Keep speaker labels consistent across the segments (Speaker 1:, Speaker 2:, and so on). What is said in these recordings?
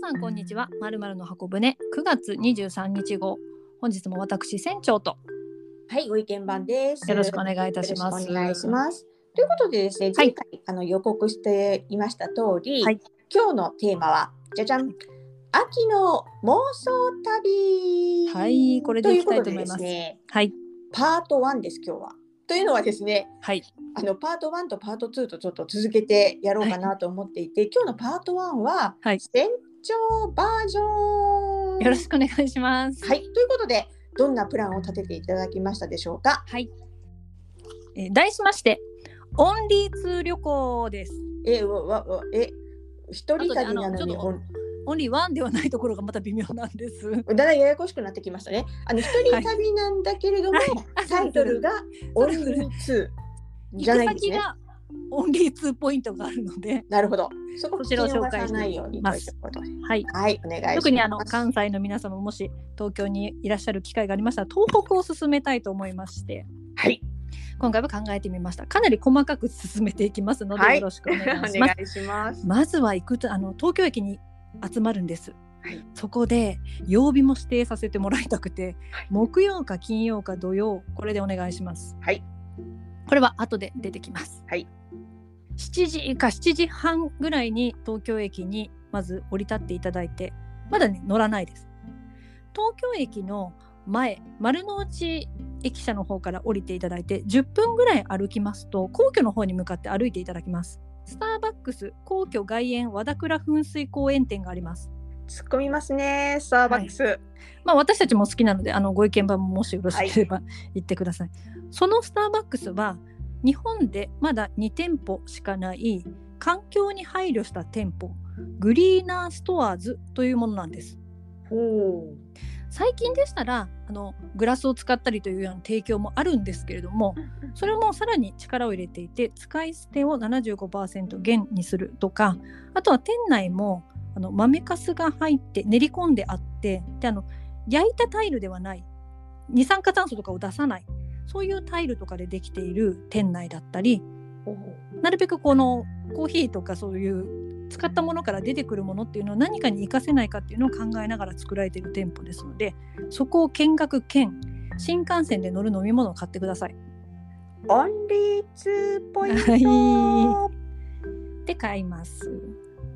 Speaker 1: さんこんにちは。まるまるの箱舟9月23日号。本日も私船長と
Speaker 2: はい、ご意見番です。
Speaker 1: よろしくお
Speaker 2: よ
Speaker 1: 願いいた
Speaker 2: ろ
Speaker 1: し
Speaker 2: しくお
Speaker 1: ます。
Speaker 2: 願いします。ということでですね、
Speaker 1: はい
Speaker 2: 前回、あの予告していました通り、
Speaker 1: はい
Speaker 2: 今日のテーマはじゃじゃん、秋の妄想旅。
Speaker 1: はいこれでいきたいと思います
Speaker 2: とうことでですね、
Speaker 1: はい
Speaker 2: パート1です今日は。というのはですね、
Speaker 1: はい
Speaker 2: あのパート1とパート2とちょっと続けてやろうかなと思っていて、今日のパート1は、
Speaker 1: はい
Speaker 2: 船長バージョン。
Speaker 1: よろしくお願いします。
Speaker 2: はい、ということで、どんなプランを立てていただきましたでしょうか。
Speaker 1: はい。えー題しましてオンリーツ旅行です。
Speaker 2: え、わ、わ、わえ、一人旅な
Speaker 1: あとであのちょっ
Speaker 2: のに、
Speaker 1: と
Speaker 2: ほん
Speaker 1: オンリーワンではないところがまた微妙なんです。
Speaker 2: だんだんややこしくなってきましたね。あの、一人旅なんだけれども、タイトルがオンリーツーじゃな
Speaker 1: 行
Speaker 2: いんで
Speaker 1: き
Speaker 2: す
Speaker 1: 先
Speaker 2: ね。
Speaker 1: がオンリーツポイントがあるので、
Speaker 2: なるほど。そこ
Speaker 1: こちらを紹介
Speaker 2: 口を
Speaker 1: し
Speaker 2: 動かさない
Speaker 1: て
Speaker 2: ように
Speaker 1: い
Speaker 2: と
Speaker 1: ま
Speaker 2: いう
Speaker 1: す
Speaker 2: ことで。
Speaker 1: はい。
Speaker 2: はい、お願いします。
Speaker 1: 特にあの関西の皆様もし東京にいらっしゃる機会がありましたら東北を進めたいと思いまして。
Speaker 2: はい、
Speaker 1: 今回は考えてみましたかなり細かく進めていきますので、
Speaker 2: はい
Speaker 1: よろしくお願いし ます
Speaker 2: いします。
Speaker 1: まずは行くとあの東京駅に集まるんです、
Speaker 2: はい
Speaker 1: そこで曜日も指定させてもらいたくて、
Speaker 2: はい
Speaker 1: 木曜か金曜か土曜これでお願いします
Speaker 2: はい
Speaker 1: これは後で出てきます
Speaker 2: はい
Speaker 1: 7時か7時半ぐらいに東京駅にまず降り立っていただいてまだね乗らないです東京駅の前丸の内駅舎の方から降りていただいて10分ぐらい歩きますと皇居の方に向かって歩いていただきますスターバックス皇居外苑和田倉噴水公園店があります
Speaker 2: 突っ込みますね、スターバックス。はい、
Speaker 1: まあ私たちも好きなのであのご意見番ももしよろしければ言ってください、そのスターバックスは日本でまだ2店舗しかない環境に配慮した店舗グリーナーストアーズというものなんです
Speaker 2: ほう。
Speaker 1: 最近でしたらあのグラスを使ったりというような提供もあるんですけれどもそれもさらに力を入れていて使い捨てを75%減にするとかあとは店内もあの豆かすが入って練り込んであってであの焼いたタイルではない二酸化炭素とかを出さないそういうタイルとかでできている店内だったり
Speaker 2: ほう
Speaker 1: なるべくこのコーヒーとかそういう使ったものから出てくるものっていうのを何かに活かせないかっていうのを考えながら作られている店舗ですのでそこを見学兼新幹線で乗る飲み物を買ってください。
Speaker 2: オンリーツーポイント。
Speaker 1: はで買います。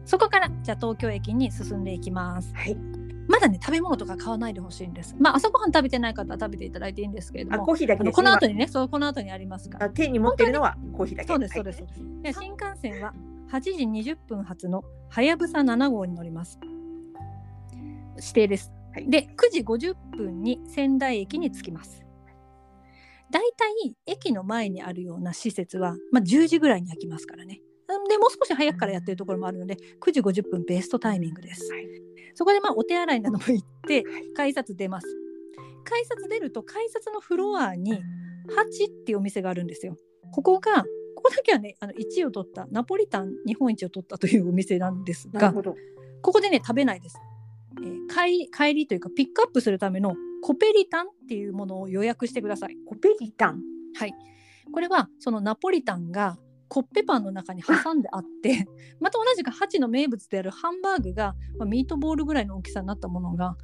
Speaker 1: そこからじゃあ東京駅に進んでいきます。
Speaker 2: はい。
Speaker 1: まだね食べ物とか買わないでほしいんです。まあ朝ごはん食べてない方は食べていただいていいんですけれど
Speaker 2: あ、
Speaker 1: も、
Speaker 2: コーヒーだけ
Speaker 1: あ
Speaker 2: で
Speaker 1: の
Speaker 2: す
Speaker 1: こ
Speaker 2: ね
Speaker 1: の後にねそうこの後にありますから
Speaker 2: あ。手に持ってるのはコーヒーだけ。
Speaker 1: そうです、そ
Speaker 2: は
Speaker 1: うで
Speaker 2: い
Speaker 1: す。そうですで新幹線は8時20分発のはやぶさ7号に乗ります。指定です。
Speaker 2: はい
Speaker 1: で、9時50分に仙台駅に着きます。だいたい駅の前にあるような施設は、まあ、10時ぐらいに開きますからね。うんでもう少し早くからやってるところもあるので9時50分ベストタイミングです。
Speaker 2: はい
Speaker 1: そこでまあお手洗いなども行って改札出ます。改札出ると改札のフロアに八っていうお店があるんですよ。ここがここだけはねあの1位を取ったナポリタン日本一を取ったというお店なんです
Speaker 2: なる
Speaker 1: が
Speaker 2: ほど。
Speaker 1: ここでね食べないです、えー帰帰りというかピックアップするためのコペリタンっていうものを予約してください
Speaker 2: コペリタン。
Speaker 1: これはそのナポリタンがコッペパンの中に挟んであって また同じくハチの名物であるハンバーグが、まあ、ミートボールぐらいの大きさになったものが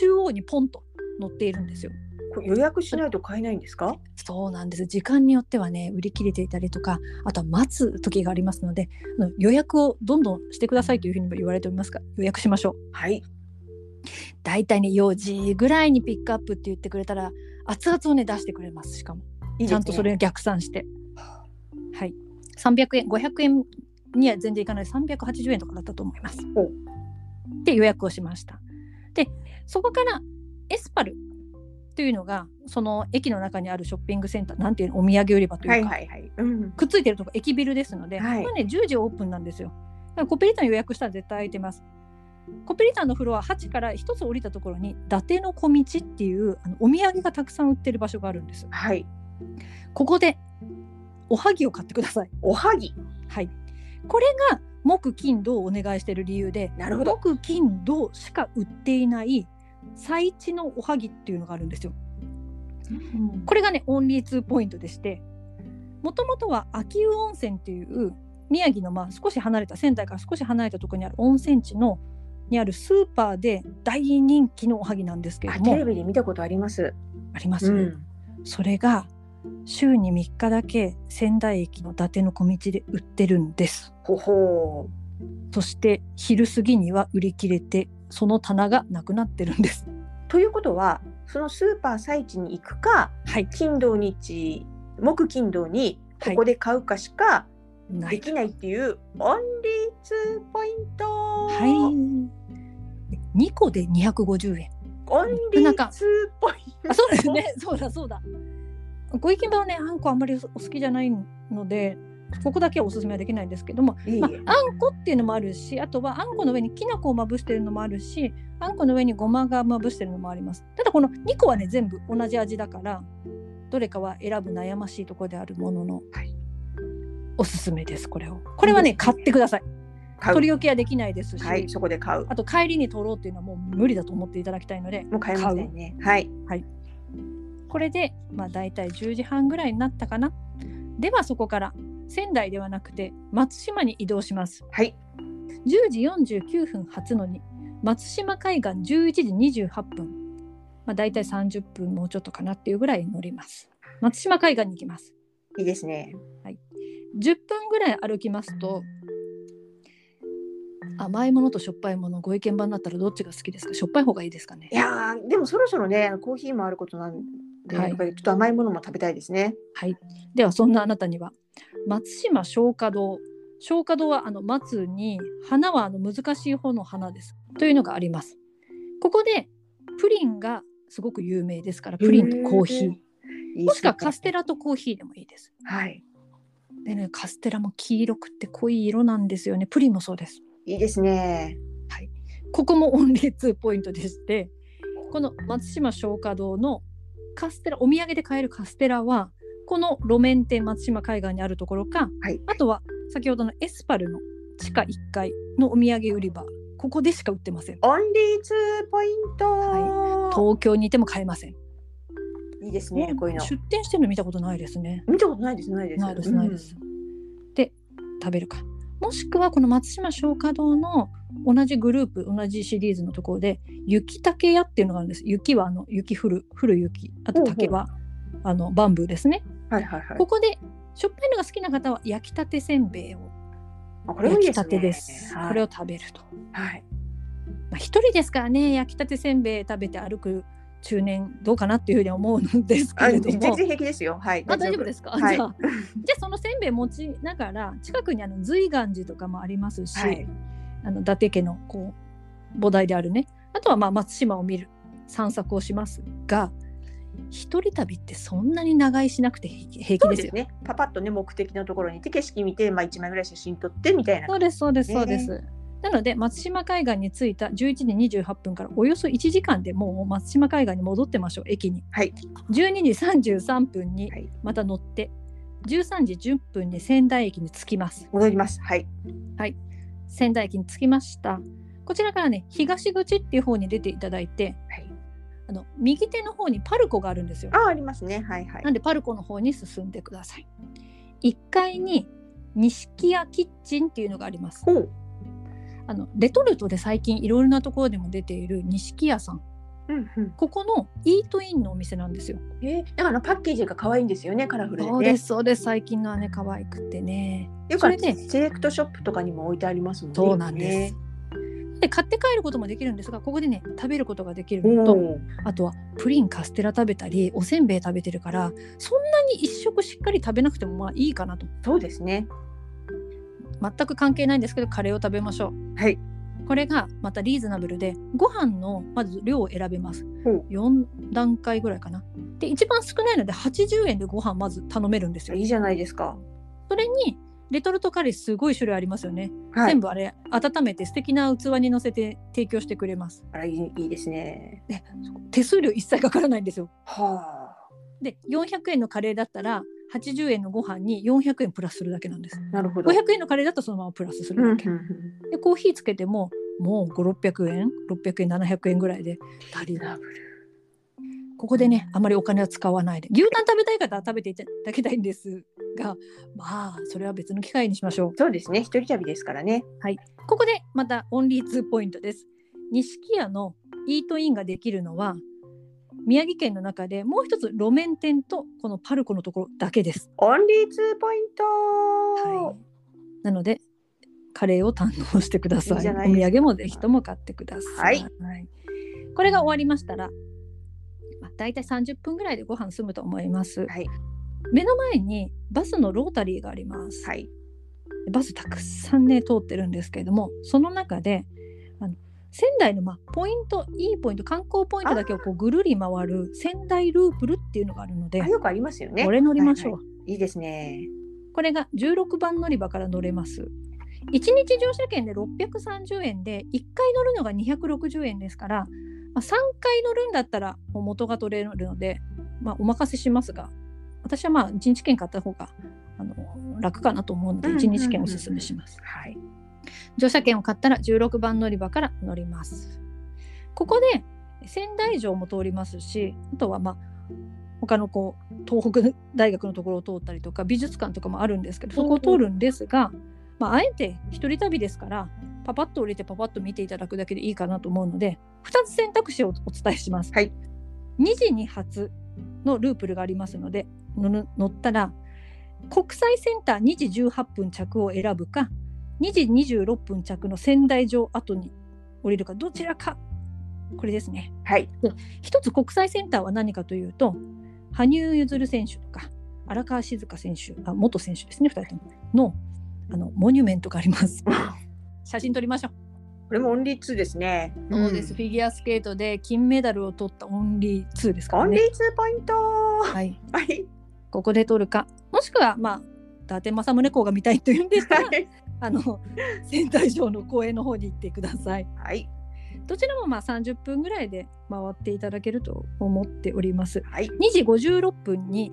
Speaker 1: 中央にポンと乗っているんですよ
Speaker 2: これ予約しないと買えないんですか。
Speaker 1: そうなんです時間によってはね売り切れていたりとかあとは待つ時がありますのであの予約をどんどんしてくださいというふうにも言われておりますが予約しましょう
Speaker 2: はい。
Speaker 1: 大体ね4時ぐらいにピックアップって言ってくれたら熱々をね出してくれますしかも
Speaker 2: いいですね
Speaker 1: ちゃんとそれを逆算してはい300円500円には全然いかない380円とかだったと思います
Speaker 2: お
Speaker 1: で予約をしましたでそこからエスパルというのがその駅の中にあるショッピングセンターなんていうのお土産売り場というか、
Speaker 2: はいはいはい。うん。
Speaker 1: くっついてるとこ駅ビルですので、
Speaker 2: はい
Speaker 1: これね10時オープンなんですよ。だからコペリタン予約したら絶対空いてます。コペリタンのフロア8から1つ降りたところに伊達の小道っていうあのお土産がたくさん売ってる場所があるんです。
Speaker 2: はい。
Speaker 1: ここでおはぎを買ってください。
Speaker 2: おはぎ。
Speaker 1: はい。これが木金土をお願いしてる理由で、
Speaker 2: なるほど
Speaker 1: 木金土しか売っていない最地のおはぎっていうのがあるんですよ。これがねオンリーツーポイントでしてもともとは秋保温泉っていう宮城のまあ少し離れた仙台から少し離れたところにある温泉地のにあるスーパーで大人気のおはぎなんですけれ
Speaker 2: あ
Speaker 1: ど
Speaker 2: テレ
Speaker 1: も
Speaker 2: ビで見たことあります。
Speaker 1: あります、
Speaker 2: うん
Speaker 1: それが週に3日だけ仙台駅の伊達の小道で売ってるんです
Speaker 2: ほほう
Speaker 1: そして昼過ぎには売り切れてその棚がなくなってるんです
Speaker 2: ということはそのスーパー最地に行くか
Speaker 1: はい
Speaker 2: 金土日木金土に
Speaker 1: は
Speaker 2: こ
Speaker 1: い
Speaker 2: こで買うかしか
Speaker 1: な
Speaker 2: で
Speaker 1: い
Speaker 2: きないっていう、オンリーツーポイント、
Speaker 1: はい2個で250円
Speaker 2: オンリーツーポイント
Speaker 1: あそうです ねそうだそうだご意見番はねあんこあんまりお好きじゃないのでここだけはおすすめはできないんですけども、
Speaker 2: いえいえ
Speaker 1: まあ、あんこっていうのもあるしあとはあんこの上にきな粉をまぶしてるのもあるしあんこの上にごまがまぶしてるのもありますただこの2個はね全部同じ味だからどれかは選ぶ悩ましいところであるものの、
Speaker 2: はい
Speaker 1: おすすめですこれをこれはね
Speaker 2: いいですね
Speaker 1: 買ってください
Speaker 2: 買う
Speaker 1: 取り置きはできないですし、
Speaker 2: はいそこで買う
Speaker 1: あと帰りに取ろうっていうのはもう無理だと思っていただきたいので
Speaker 2: もう買えませんねはい
Speaker 1: これで、まあ、大体10時半ぐらいになったかな。ではそこから仙台ではなくて松島に移動します。
Speaker 2: はい
Speaker 1: 10時49分発のに松島海岸11時28分、まあ、大体30分もうちょっとかなっていうぐらいに乗ります。松島海岸に行きます。
Speaker 2: いいですね
Speaker 1: 10分ぐらい歩きますと甘いものとしょっぱいものご意見番だったらどっちが好きですかしょっぱい方がいいですかね
Speaker 2: いやーでもそろそろねコーヒーもあることなんで、
Speaker 1: はい
Speaker 2: やっぱりちょっと甘いものも食べたいですね
Speaker 1: はい、ではそんなあなたには松島松花堂松花堂はあの松に花はあの難しい方の花ですというのがありますここでプリンがすごく有名ですからプリンとコーヒー
Speaker 2: いい
Speaker 1: もしくはカス
Speaker 2: テ
Speaker 1: テラとコーヒーでもいいです
Speaker 2: はい
Speaker 1: でねカステラも黄色くって濃い色なんですよねプリンもそうです
Speaker 2: いいですね
Speaker 1: ここもオンリーツーポイントでしてこの松島松花堂のカステラお土産で買えるカステラはこの路面店松島海岸にあるところか、
Speaker 2: はい
Speaker 1: あとは先ほどのエスパルの地下1階のお土産売り場ここでしか売ってません
Speaker 2: オンリーツーポイント、は
Speaker 1: 東京にいても買えません、
Speaker 2: い、いいですねこういうの
Speaker 1: 出店してるの見たことないですね
Speaker 2: 見たことないですないです
Speaker 1: ないですないです、で食べるかもしくはこの松島松花堂の同じグループ同じシリーズのところで雪竹屋っていうのがあるんです雪はあの雪降る降る雪あと竹はあのバンブーですね、
Speaker 2: うんはいはいはい
Speaker 1: ここでしょっぱいのが好きな方は焼きたてせんべいを
Speaker 2: あこれも
Speaker 1: 焼
Speaker 2: い
Speaker 1: き
Speaker 2: いです
Speaker 1: た
Speaker 2: ね
Speaker 1: てです
Speaker 2: はい、
Speaker 1: これを食べると
Speaker 2: はい
Speaker 1: まあ、一人ですからね焼きたてせんべい食べて歩く中年どうかなっていうふうに思うんですけ
Speaker 2: あ
Speaker 1: れど
Speaker 2: 全然
Speaker 1: も
Speaker 2: 平気ですよはい
Speaker 1: あ大丈夫ですか、
Speaker 2: はい
Speaker 1: じゃあじゃあそのせんべい持ちながら近くにあの瑞岩寺とかもありますし、
Speaker 2: はい
Speaker 1: あの伊達家のこう菩提であるねあとはまあ松島を見る散策をしますが一人旅ってそんなに長居しなくて平気平気
Speaker 2: そ
Speaker 1: で
Speaker 2: う
Speaker 1: す
Speaker 2: で
Speaker 1: よ
Speaker 2: す。ねパパッとね目的のところに行って景色見てまあ一枚ぐらい写真撮ってみたいな
Speaker 1: そうですそうです
Speaker 2: ね
Speaker 1: そうです。なので松島海岸に着いた11時28分からおよそ1時間でもう松島海岸に戻ってましょう駅に、
Speaker 2: はい
Speaker 1: 12時33分に
Speaker 2: はい
Speaker 1: また乗って13時10分に仙台駅に着きます
Speaker 2: 戻りますはい
Speaker 1: 仙台駅に着きましたこちらからね東口っていう方に出ていただいて
Speaker 2: はい
Speaker 1: あの右手の方にパルコがあるんですよ
Speaker 2: あありますねはいはい
Speaker 1: なんでパルコの方に進んでください1階に錦屋キッチンっていうのがあります
Speaker 2: ほう
Speaker 1: あのレトルトで最近いろいろなところでも出ている錦屋さん
Speaker 2: うんうん
Speaker 1: ここのイートインのお店なんですよ。
Speaker 2: えー、だからパッケージが可愛いんですよねカラフルでね
Speaker 1: そうですそうです最近のはね可愛くてね。
Speaker 2: よくある
Speaker 1: それで
Speaker 2: セレクトショップとかにも置いてありますもんね
Speaker 1: そうなんで
Speaker 2: ね
Speaker 1: す。で買って帰ることもできるんですがここでね食べることができる
Speaker 2: う
Speaker 1: のと
Speaker 2: ん
Speaker 1: あとはプリンカステラ食べたりおせんべい食べてるからそんなに一食しっかり食べなくてもまあいいかなと
Speaker 2: そうですね
Speaker 1: 全く関係ないんですけどカレーを食べましょう。
Speaker 2: はい
Speaker 1: これがまたリーズナブルでご飯のまず量を選べます
Speaker 2: ほう
Speaker 1: 4段階ぐらいかなで一番少ないので80円でご飯まず頼めるんですよ
Speaker 2: いいじゃないですか
Speaker 1: それにレトルトカレーすごい種類ありますよね、
Speaker 2: はい
Speaker 1: 全部あれ温めて素敵な器に乗せて提供してくれます
Speaker 2: あらいいいいですね
Speaker 1: でそこ手数料一切かからないんですよ
Speaker 2: は
Speaker 1: で400円のカレーだったら80円のご飯に400円プラスするだけなんです
Speaker 2: あなるほど
Speaker 1: 500円のカレーだとそのままプラスす
Speaker 2: うん
Speaker 1: る
Speaker 2: う
Speaker 1: だ
Speaker 2: ん
Speaker 1: け、
Speaker 2: うん
Speaker 1: でコーヒーつけてももう500600円600円700円ぐらいで足りないここでねあまりお金は使わないで牛タン食べたい方は食べていただきたいんですがまあそれは別の機会にしましょう
Speaker 2: そうですね一人旅ですからね
Speaker 1: ここでまたオンリーツーポイントです。錦屋のイートインができるのは宮城県の中でもう一つ路面店とこのパルコのところだけです。
Speaker 2: オンリーツーポイント、
Speaker 1: はい、なのでカレーを堪能してください
Speaker 2: いいじゃない
Speaker 1: お
Speaker 2: ですか
Speaker 1: 土産もぜひとも買ってください、
Speaker 2: は
Speaker 1: これが終わりましたら、まあ、大体30分ぐらいでご飯済むと思います、
Speaker 2: はい
Speaker 1: 目の前にバスのロータリーがあります、
Speaker 2: はい。
Speaker 1: バスたくさんね通ってるんですけれどもその中であの仙台の、まあ、ポイントいいポイント観光ポイントだけをこうぐるり回る仙台ループルっていうのがあるので
Speaker 2: あよくありますよね。
Speaker 1: これ乗りましょう、
Speaker 2: はいはい。いいですね。
Speaker 1: これが16番乗り場から乗れます。1日乗車券で630円で1回乗るのが260円ですから、まあ、3回乗るんだったらもう元が取れるので、まあ、お任せしますが私はまあ1日券買った方があの楽かなと思うので
Speaker 2: うんうん
Speaker 1: 1日券おすすめします。
Speaker 2: はい。
Speaker 1: 乗車券を買ったら16番乗り場から乗ります。ここで仙台城も通りますしあとはまあ他のこう東北大学のところを通ったりとか美術館とかもあるんですけどそこを通るんですが、まあ、あえて一人旅ですからパパッと降りてパパッと見ていただくだけでいいかなと思うので2つ選択肢をお伝えします。
Speaker 2: はい
Speaker 1: 2時に発のループルがありますのでのの乗ったら国際センター2時18分着を選ぶか2時26分着の仙台城後に降りるかどちらかこれですね。
Speaker 2: はい。
Speaker 1: 一つ国際センターは何かというと羽生結弦選手とか荒川静香選手あ元選手ですね2人とものあのモニュメントがあります 写真撮りましょ
Speaker 2: これもオンリーツーですね。
Speaker 1: う、そうですフィギュアスケートで金メダルを取ったオンリー2です
Speaker 2: うん。
Speaker 1: か
Speaker 2: オ
Speaker 1: ら
Speaker 2: ンリ
Speaker 1: ね、
Speaker 2: ーツーポイント。は
Speaker 1: はい、
Speaker 2: い。
Speaker 1: ここで撮るかもしくはまあ伊達政宗公が見たいというんでした ら
Speaker 2: はい。
Speaker 1: あの仙台城の公園の方に行ってください
Speaker 2: はい。
Speaker 1: どちらもまあ30分ぐらいで回っていただけると思っております
Speaker 2: はい。
Speaker 1: 2時56分に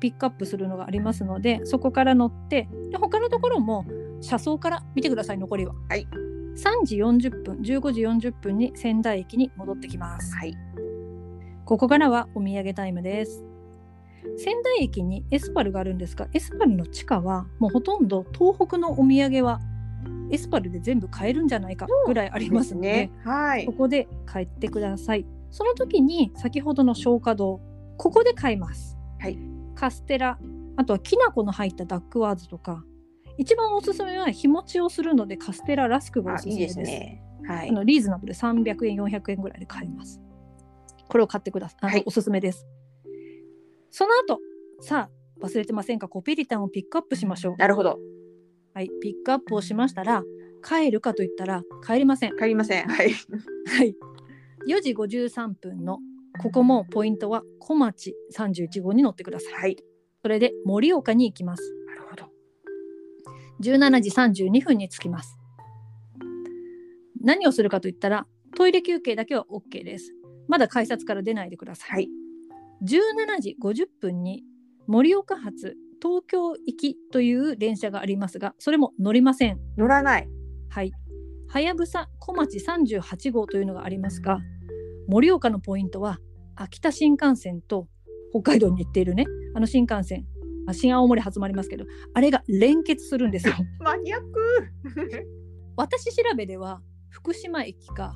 Speaker 1: ピックアップするのがありますのでそこから乗ってで他のところも車窓から見てください残りは、
Speaker 2: はい
Speaker 1: 3時40分15時40分に仙台駅に戻ってきます
Speaker 2: はい。
Speaker 1: ここからはお土産タイムです仙台駅にエスパルがあるんですがエスパルの地下はもうほとんど東北のお土産はエスパルで全部買えるんじゃないかぐらいありますので
Speaker 2: ね。はい
Speaker 1: こ。こで買ってください。その時に先ほどの消化堂、ここで買います。
Speaker 2: はい
Speaker 1: カステラ、あとはきな粉の入ったダックワーズとか、一番おすすめは日持ちをするのでカステララスクがお
Speaker 2: あ
Speaker 1: すす
Speaker 2: い
Speaker 1: め
Speaker 2: い
Speaker 1: で。
Speaker 2: ですすね。は
Speaker 1: あ
Speaker 2: い。
Speaker 1: のリーズナブルで300円、400円ぐらいで買えます。これを買ってください。あの
Speaker 2: はい
Speaker 1: おすすめです。その後、さあ忘れてませんか、コペリタンをピックアップしましょう。
Speaker 2: なるほど。
Speaker 1: はい、ピックアップをしましたら、帰るかといったら帰りません。
Speaker 2: 帰りません。はい。
Speaker 1: はい。4時53分のここもポイントは小町31号に乗ってください。
Speaker 2: はい。
Speaker 1: それで盛岡に行きます。
Speaker 2: なるほど。
Speaker 1: 17時32分に着きます。何をするかといったらトイレ休憩だけは OK です。まだ改札から出ないでください。
Speaker 2: はい。
Speaker 1: 17時50分に盛岡発東京行きという電車がありますが、それも乗りません。
Speaker 2: 乗らない。
Speaker 1: はい。はやぶさ小町38号というのがありますが、盛岡のポイントは秋田新幹線と北海道に行っているね、あの新幹線、あ新青森発もありますけど、あれが連結するん ですよ。
Speaker 2: マニアッ ク。
Speaker 1: 私調べでは福島駅か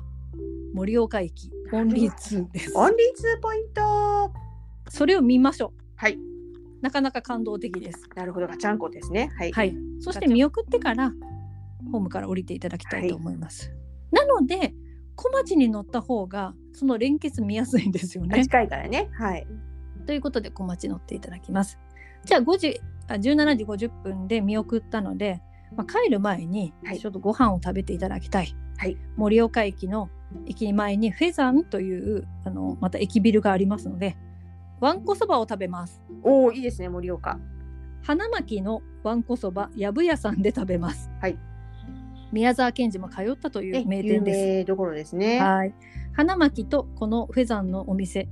Speaker 1: 盛岡駅オンリー2です。
Speaker 2: オンリーツーポイント。
Speaker 1: それを見ましょう。
Speaker 2: はい。
Speaker 1: なかなか感動的です。
Speaker 2: なるほど。ガチャンコですね。はい。
Speaker 1: はい。そして見送ってからホームから降りていただきたいと思います。なので小町に乗った方がその連結見やすいんですよね。
Speaker 2: 近いからね。はい。
Speaker 1: ということで小町乗っていただきます。じゃあ5時あ17時50分で見送ったので、まあ、帰る前に
Speaker 2: はい
Speaker 1: ちょっとご飯を食べていただきたい。
Speaker 2: はい
Speaker 1: 盛岡駅の駅前にフェザンというあのまた駅ビルがありますのでわんこそばを食べます。
Speaker 2: おお、いいですね。盛岡。
Speaker 1: 花巻のわんこそばやぶ屋さんで食べます。
Speaker 2: はい。
Speaker 1: 宮沢賢治も通ったという名
Speaker 2: 有
Speaker 1: 店で
Speaker 2: 名どころです
Speaker 1: す。
Speaker 2: ね。
Speaker 1: はい。花巻とこのフェザンのお店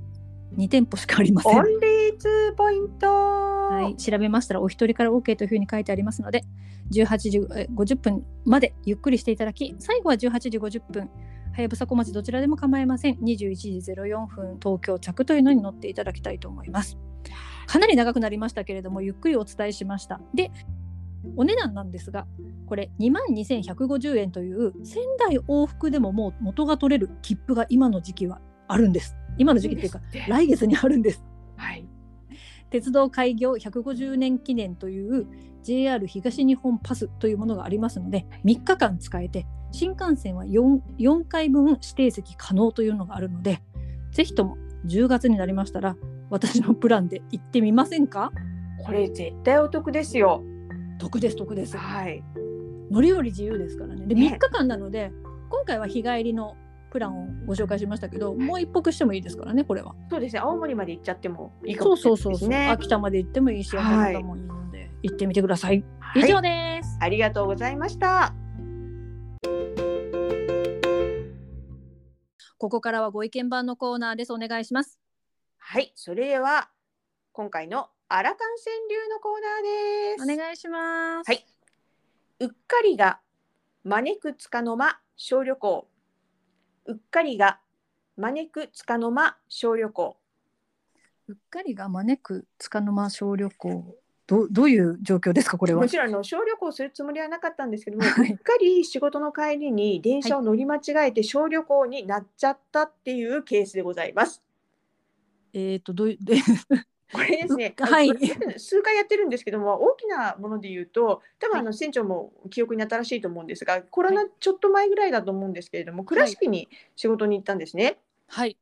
Speaker 1: 2店舗しかありませ
Speaker 2: オ
Speaker 1: ん。
Speaker 2: ンリーツーポイント。
Speaker 1: は、。
Speaker 2: はい
Speaker 1: 調べましたらお一人から OK というふうに書いてありますので18時え50分までゆっくりしていただき最後は18時50分はやぶさ小町どちらでも構いません21時04分東京着というのに乗っていただきたいと思いますかなり長くなりましたけれどもゆっくりお伝えしましたでお値段なんですがこれ2万2150円という仙台往復でももう元が取れる切符が今の時期はあるんです今の時期っていうか
Speaker 2: いいですね
Speaker 1: 来月にあるんです
Speaker 2: はい。
Speaker 1: 鉄道開業150年記念という JR 東日本パスというものがありますので3日間使えて新幹線は 4, 4回分指定席可能というのがあるのでぜひとも10月になりましたら私のプランで行ってみませんか
Speaker 2: これ絶対お得ですよ。
Speaker 1: 得です得です
Speaker 2: はい。
Speaker 1: 乗り降り自由ですからねで
Speaker 2: ね
Speaker 1: 3日間なので今回は日帰りのプランをご紹介しましたけどもう一泊してもいいですからねこれは
Speaker 2: そうですね。青森まで行っちゃってもいいか
Speaker 1: そ
Speaker 2: も
Speaker 1: う
Speaker 2: しれ
Speaker 1: そ
Speaker 2: な
Speaker 1: う
Speaker 2: いです
Speaker 1: そ
Speaker 2: ね。
Speaker 1: うそう秋田まで行ってもいいし
Speaker 2: は
Speaker 1: 山
Speaker 2: い
Speaker 1: 形もいいので行ってみてください
Speaker 2: はい
Speaker 1: 以上です、
Speaker 2: ありがとうございました。
Speaker 1: ここからはご意見番のコーナーですお願いします
Speaker 2: はい。それでは今回のアラカン川柳のコー
Speaker 1: お
Speaker 2: ナーです。
Speaker 1: 願いします
Speaker 2: はいいうっかりが招くつかの間小旅行。うっかりが招くつかの間小旅行。
Speaker 1: うっかりが招く束の間小旅行どどういう状況ですかこれは
Speaker 2: もちろんあの小旅行するつもりはなかったんですけども、
Speaker 1: はいう
Speaker 2: っかり仕事の帰りに電車を乗り間違えて小旅行になっちゃったっていうケースでございます。
Speaker 1: えっ、とどういう で
Speaker 2: これですね、
Speaker 1: うっはい
Speaker 2: あのこれ数回やってるんですけども、大きなもので言うと、多分あの船長も記憶に新しいと思うんですが、コロナちょっと前ぐらいだと思うんですけれども、倉敷に仕事に行ったんですね。
Speaker 1: はい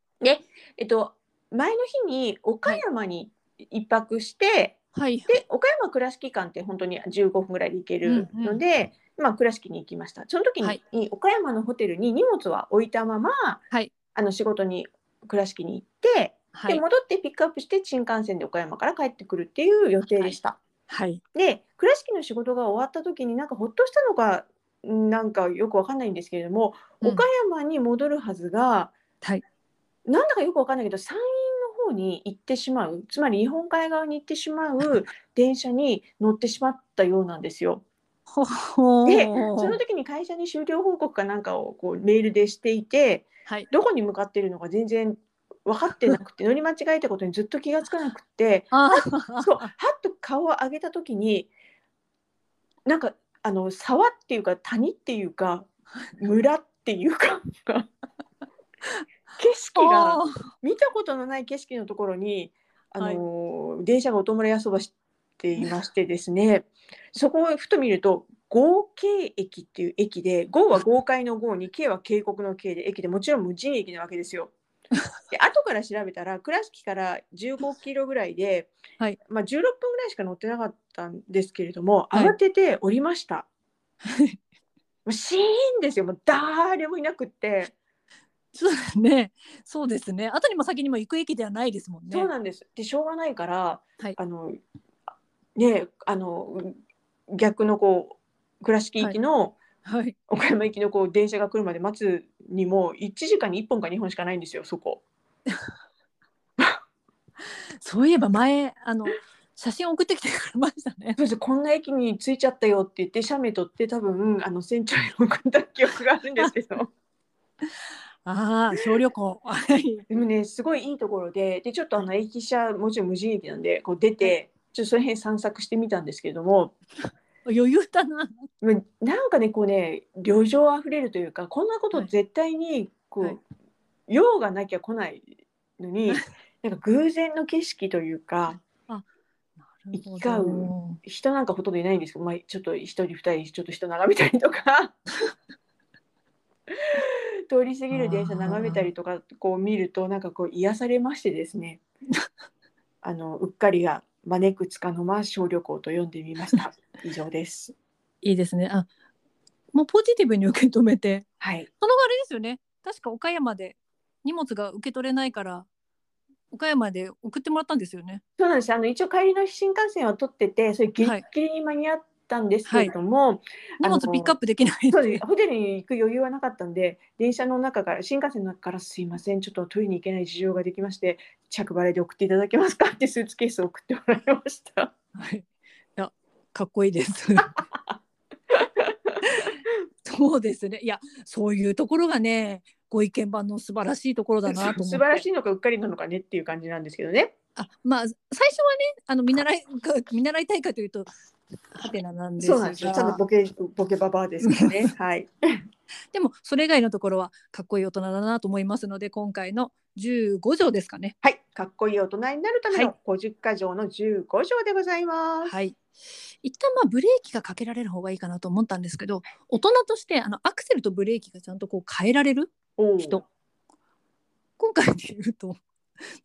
Speaker 2: えっと前の日に岡山に一泊して、
Speaker 1: はい
Speaker 2: で岡山倉敷間って本当に15分ぐらいで行けるので、まあ、倉敷に行きましたその時に、
Speaker 1: はい
Speaker 2: 岡山のホテルに荷物は置いたまま、
Speaker 1: はい
Speaker 2: あの仕事に倉敷に行って、
Speaker 1: は
Speaker 2: で
Speaker 1: い
Speaker 2: 戻ってピックアップして新幹線で岡山から帰ってくるっていう予定でした。
Speaker 1: はい
Speaker 2: で倉敷の仕事が終わった時になんかほっとしたのかなんかよくわかんないんですけれども、
Speaker 1: うん
Speaker 2: 岡山に戻るはずが、
Speaker 1: はい
Speaker 2: なんだかよくわかんないけど山陰の方に行ってしまうつまり日本海側に行ってしまう電車に乗ってしまったようなんですよ。
Speaker 1: ほほー
Speaker 2: でその時に会社に終了報告かなんかをこうメールでしていて
Speaker 1: はい
Speaker 2: どこに向かってるのか全然分かってなく て乗り間違えたことにずっと気がつかなくて
Speaker 1: あ
Speaker 2: そうはっと顔を上げた時になんかあの沢っていうか谷ってい うか村っていうか景色が
Speaker 1: ー
Speaker 2: 見たことのない景色のところにあの、電車が音村やそばしていましてです ねそこをふと見ると合計駅っていう駅で合は豪快の合に K は渓谷の K で駅でもちろん無人駅なわけですよ。 で後から調べたら倉敷から15キロぐらいで、
Speaker 1: はい
Speaker 2: まあ、16分ぐらいしか乗ってなかったんですけれども
Speaker 1: はい
Speaker 2: 慌てて降りました。もうシーンですよもう誰もいなくって。
Speaker 1: そうですね。そうですね。後にも先にも行く駅ではないですもんね。
Speaker 2: そうなんです。でしょうがないから、
Speaker 1: はい
Speaker 2: あのねあの逆のこう倉敷行きの、
Speaker 1: はい。
Speaker 2: 岡山行きのこう電車が来るまで待つにも1時間に1本か2本しかないんですよそこ。
Speaker 1: そういえば前あの写真送ってきてくれましたね。
Speaker 2: そうですこんな駅に着いちゃったよって言って写メ撮って多分あの船長に送った記憶があるんですけど
Speaker 1: ああ小旅行。はい。
Speaker 2: でもねすごいいいところででちょっとあの駅舎もちろん無人駅なんでこう出てちょっとその辺散策してみたんですけれども。
Speaker 1: 余裕だな。
Speaker 2: まあなんかねこうね旅情あふれるというかこんなこと
Speaker 1: はい
Speaker 2: 絶対にこう、
Speaker 1: はい
Speaker 2: 用がなきゃ来ないのになんか偶然の景色というか行き交人なんかほとんどいないんですけど、まあ、ちょっと一人二人ちょっと人眺めたりとか 通り過ぎる電車眺めたりとかこう見るとなんかこう癒されましてで すねあのうっかりが招くつかの間小旅行と呼んでみました。以上です。
Speaker 1: いいですね。あ、もうポジティブに受け止めて。
Speaker 2: はい
Speaker 1: その後あれですよね。確か岡山で荷物が受け取れないから岡山で送ってもらったんですよね。
Speaker 2: そうなんです。あの一応帰りの新幹線は取ってて、それギリ
Speaker 1: はい
Speaker 2: ギリに間に合ったんですけれども、
Speaker 1: 荷物ピックアップできないって。
Speaker 2: そうですホテルに行く余裕はなかったんで、電車の中から新幹線の中からすいません、ちょっと取りに行けない事情ができまして、着払いで送っていただけますかってスーツケースを送ってもらいました。
Speaker 1: はい、いやかっこいいです。 そうですね。いやそういうところがね、ご意見番の素晴らしいところだなと思って。
Speaker 2: 素晴らしいのかうっかりなのかねっていう感じなんですけどね。
Speaker 1: あまあ最初はねあの見習いが見習いたいかというとハテナなんです
Speaker 2: そうなんですよ。ただ
Speaker 1: が
Speaker 2: ボケボケババアですけどね。 はい。
Speaker 1: でもそれ以外のところはかっこいい大人だなと思いますので今回の15条ですかね。
Speaker 2: はい。かっこいい大人になるため
Speaker 1: は
Speaker 2: の50箇条の15条でございます。
Speaker 1: はい、一旦まあブレーキがかけられる方がいいかなと思ったんですけど大人としてあのアクセルとブレーキがちゃんとこう変えられる
Speaker 2: おー
Speaker 1: 人今回で言うと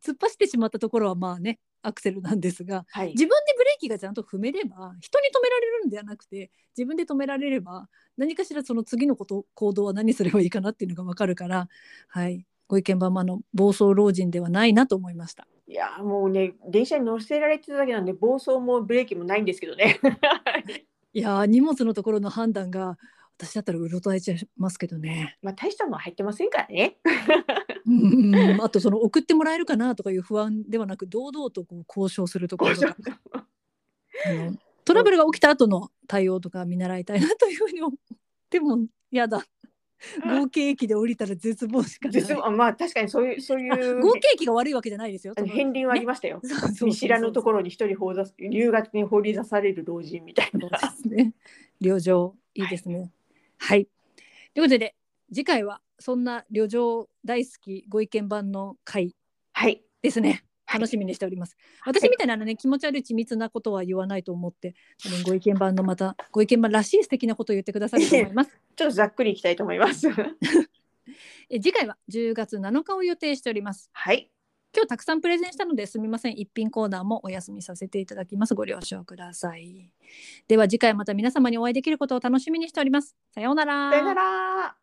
Speaker 1: 突っ走ってしまったところはまあねアクセルなんですが
Speaker 2: はい。
Speaker 1: 自分でブレーキがちゃんと踏めれば人に止められるんではなくて自分で止められれば何かしらその次のこと行動は何すればいいかなっていうのが分かるから、はい、ご意見番あの暴走老人ではないなと思いました。
Speaker 2: いやーもうね電車に乗せられてただけなんで暴走もブレーキもないんですけどね。
Speaker 1: いやー荷物のところの判断が私だったらうろたえちゃいますけどね。
Speaker 2: まあ大したもん入ってませんから ね。
Speaker 1: うんあとその送ってもらえるかなとかいう不安ではなく堂々とこう交渉するところとかあのトラブルが起きた後の対応とか見習いたいなというふうに思うでもやだ合計駅で降りたら絶望しかない
Speaker 2: 実はまあ確かにそう いうそうい
Speaker 1: あ
Speaker 2: う
Speaker 1: 合計駅が悪いわけじゃないですよ
Speaker 2: あの片鱗はありましたよ。見
Speaker 1: 見
Speaker 2: 知らぬところに一人放座留学に放り出される老人みたい
Speaker 1: そう で
Speaker 2: な。
Speaker 1: すね。旅情いいですね。はい。ということで次回はそんな旅情大好きご意見版の回
Speaker 2: はい。
Speaker 1: ですね。
Speaker 2: はい
Speaker 1: 楽しみにしております。私みたいなのね気持ち悪い緻密なことは言わないと思って、多分ご意見版のまたご意見版らしい素敵なことを言ってくださると思います。
Speaker 2: ちょっとざっくりいきたいと思います。
Speaker 1: え次回は10月7日を予定しております。
Speaker 2: はい。
Speaker 1: 今日たくさんプレゼンしたのですみません一品コーナーもお休みさせていただきますご了承くださいでは次回また皆様にお会いできることを楽しみにしておりますさようなら
Speaker 2: さよなら。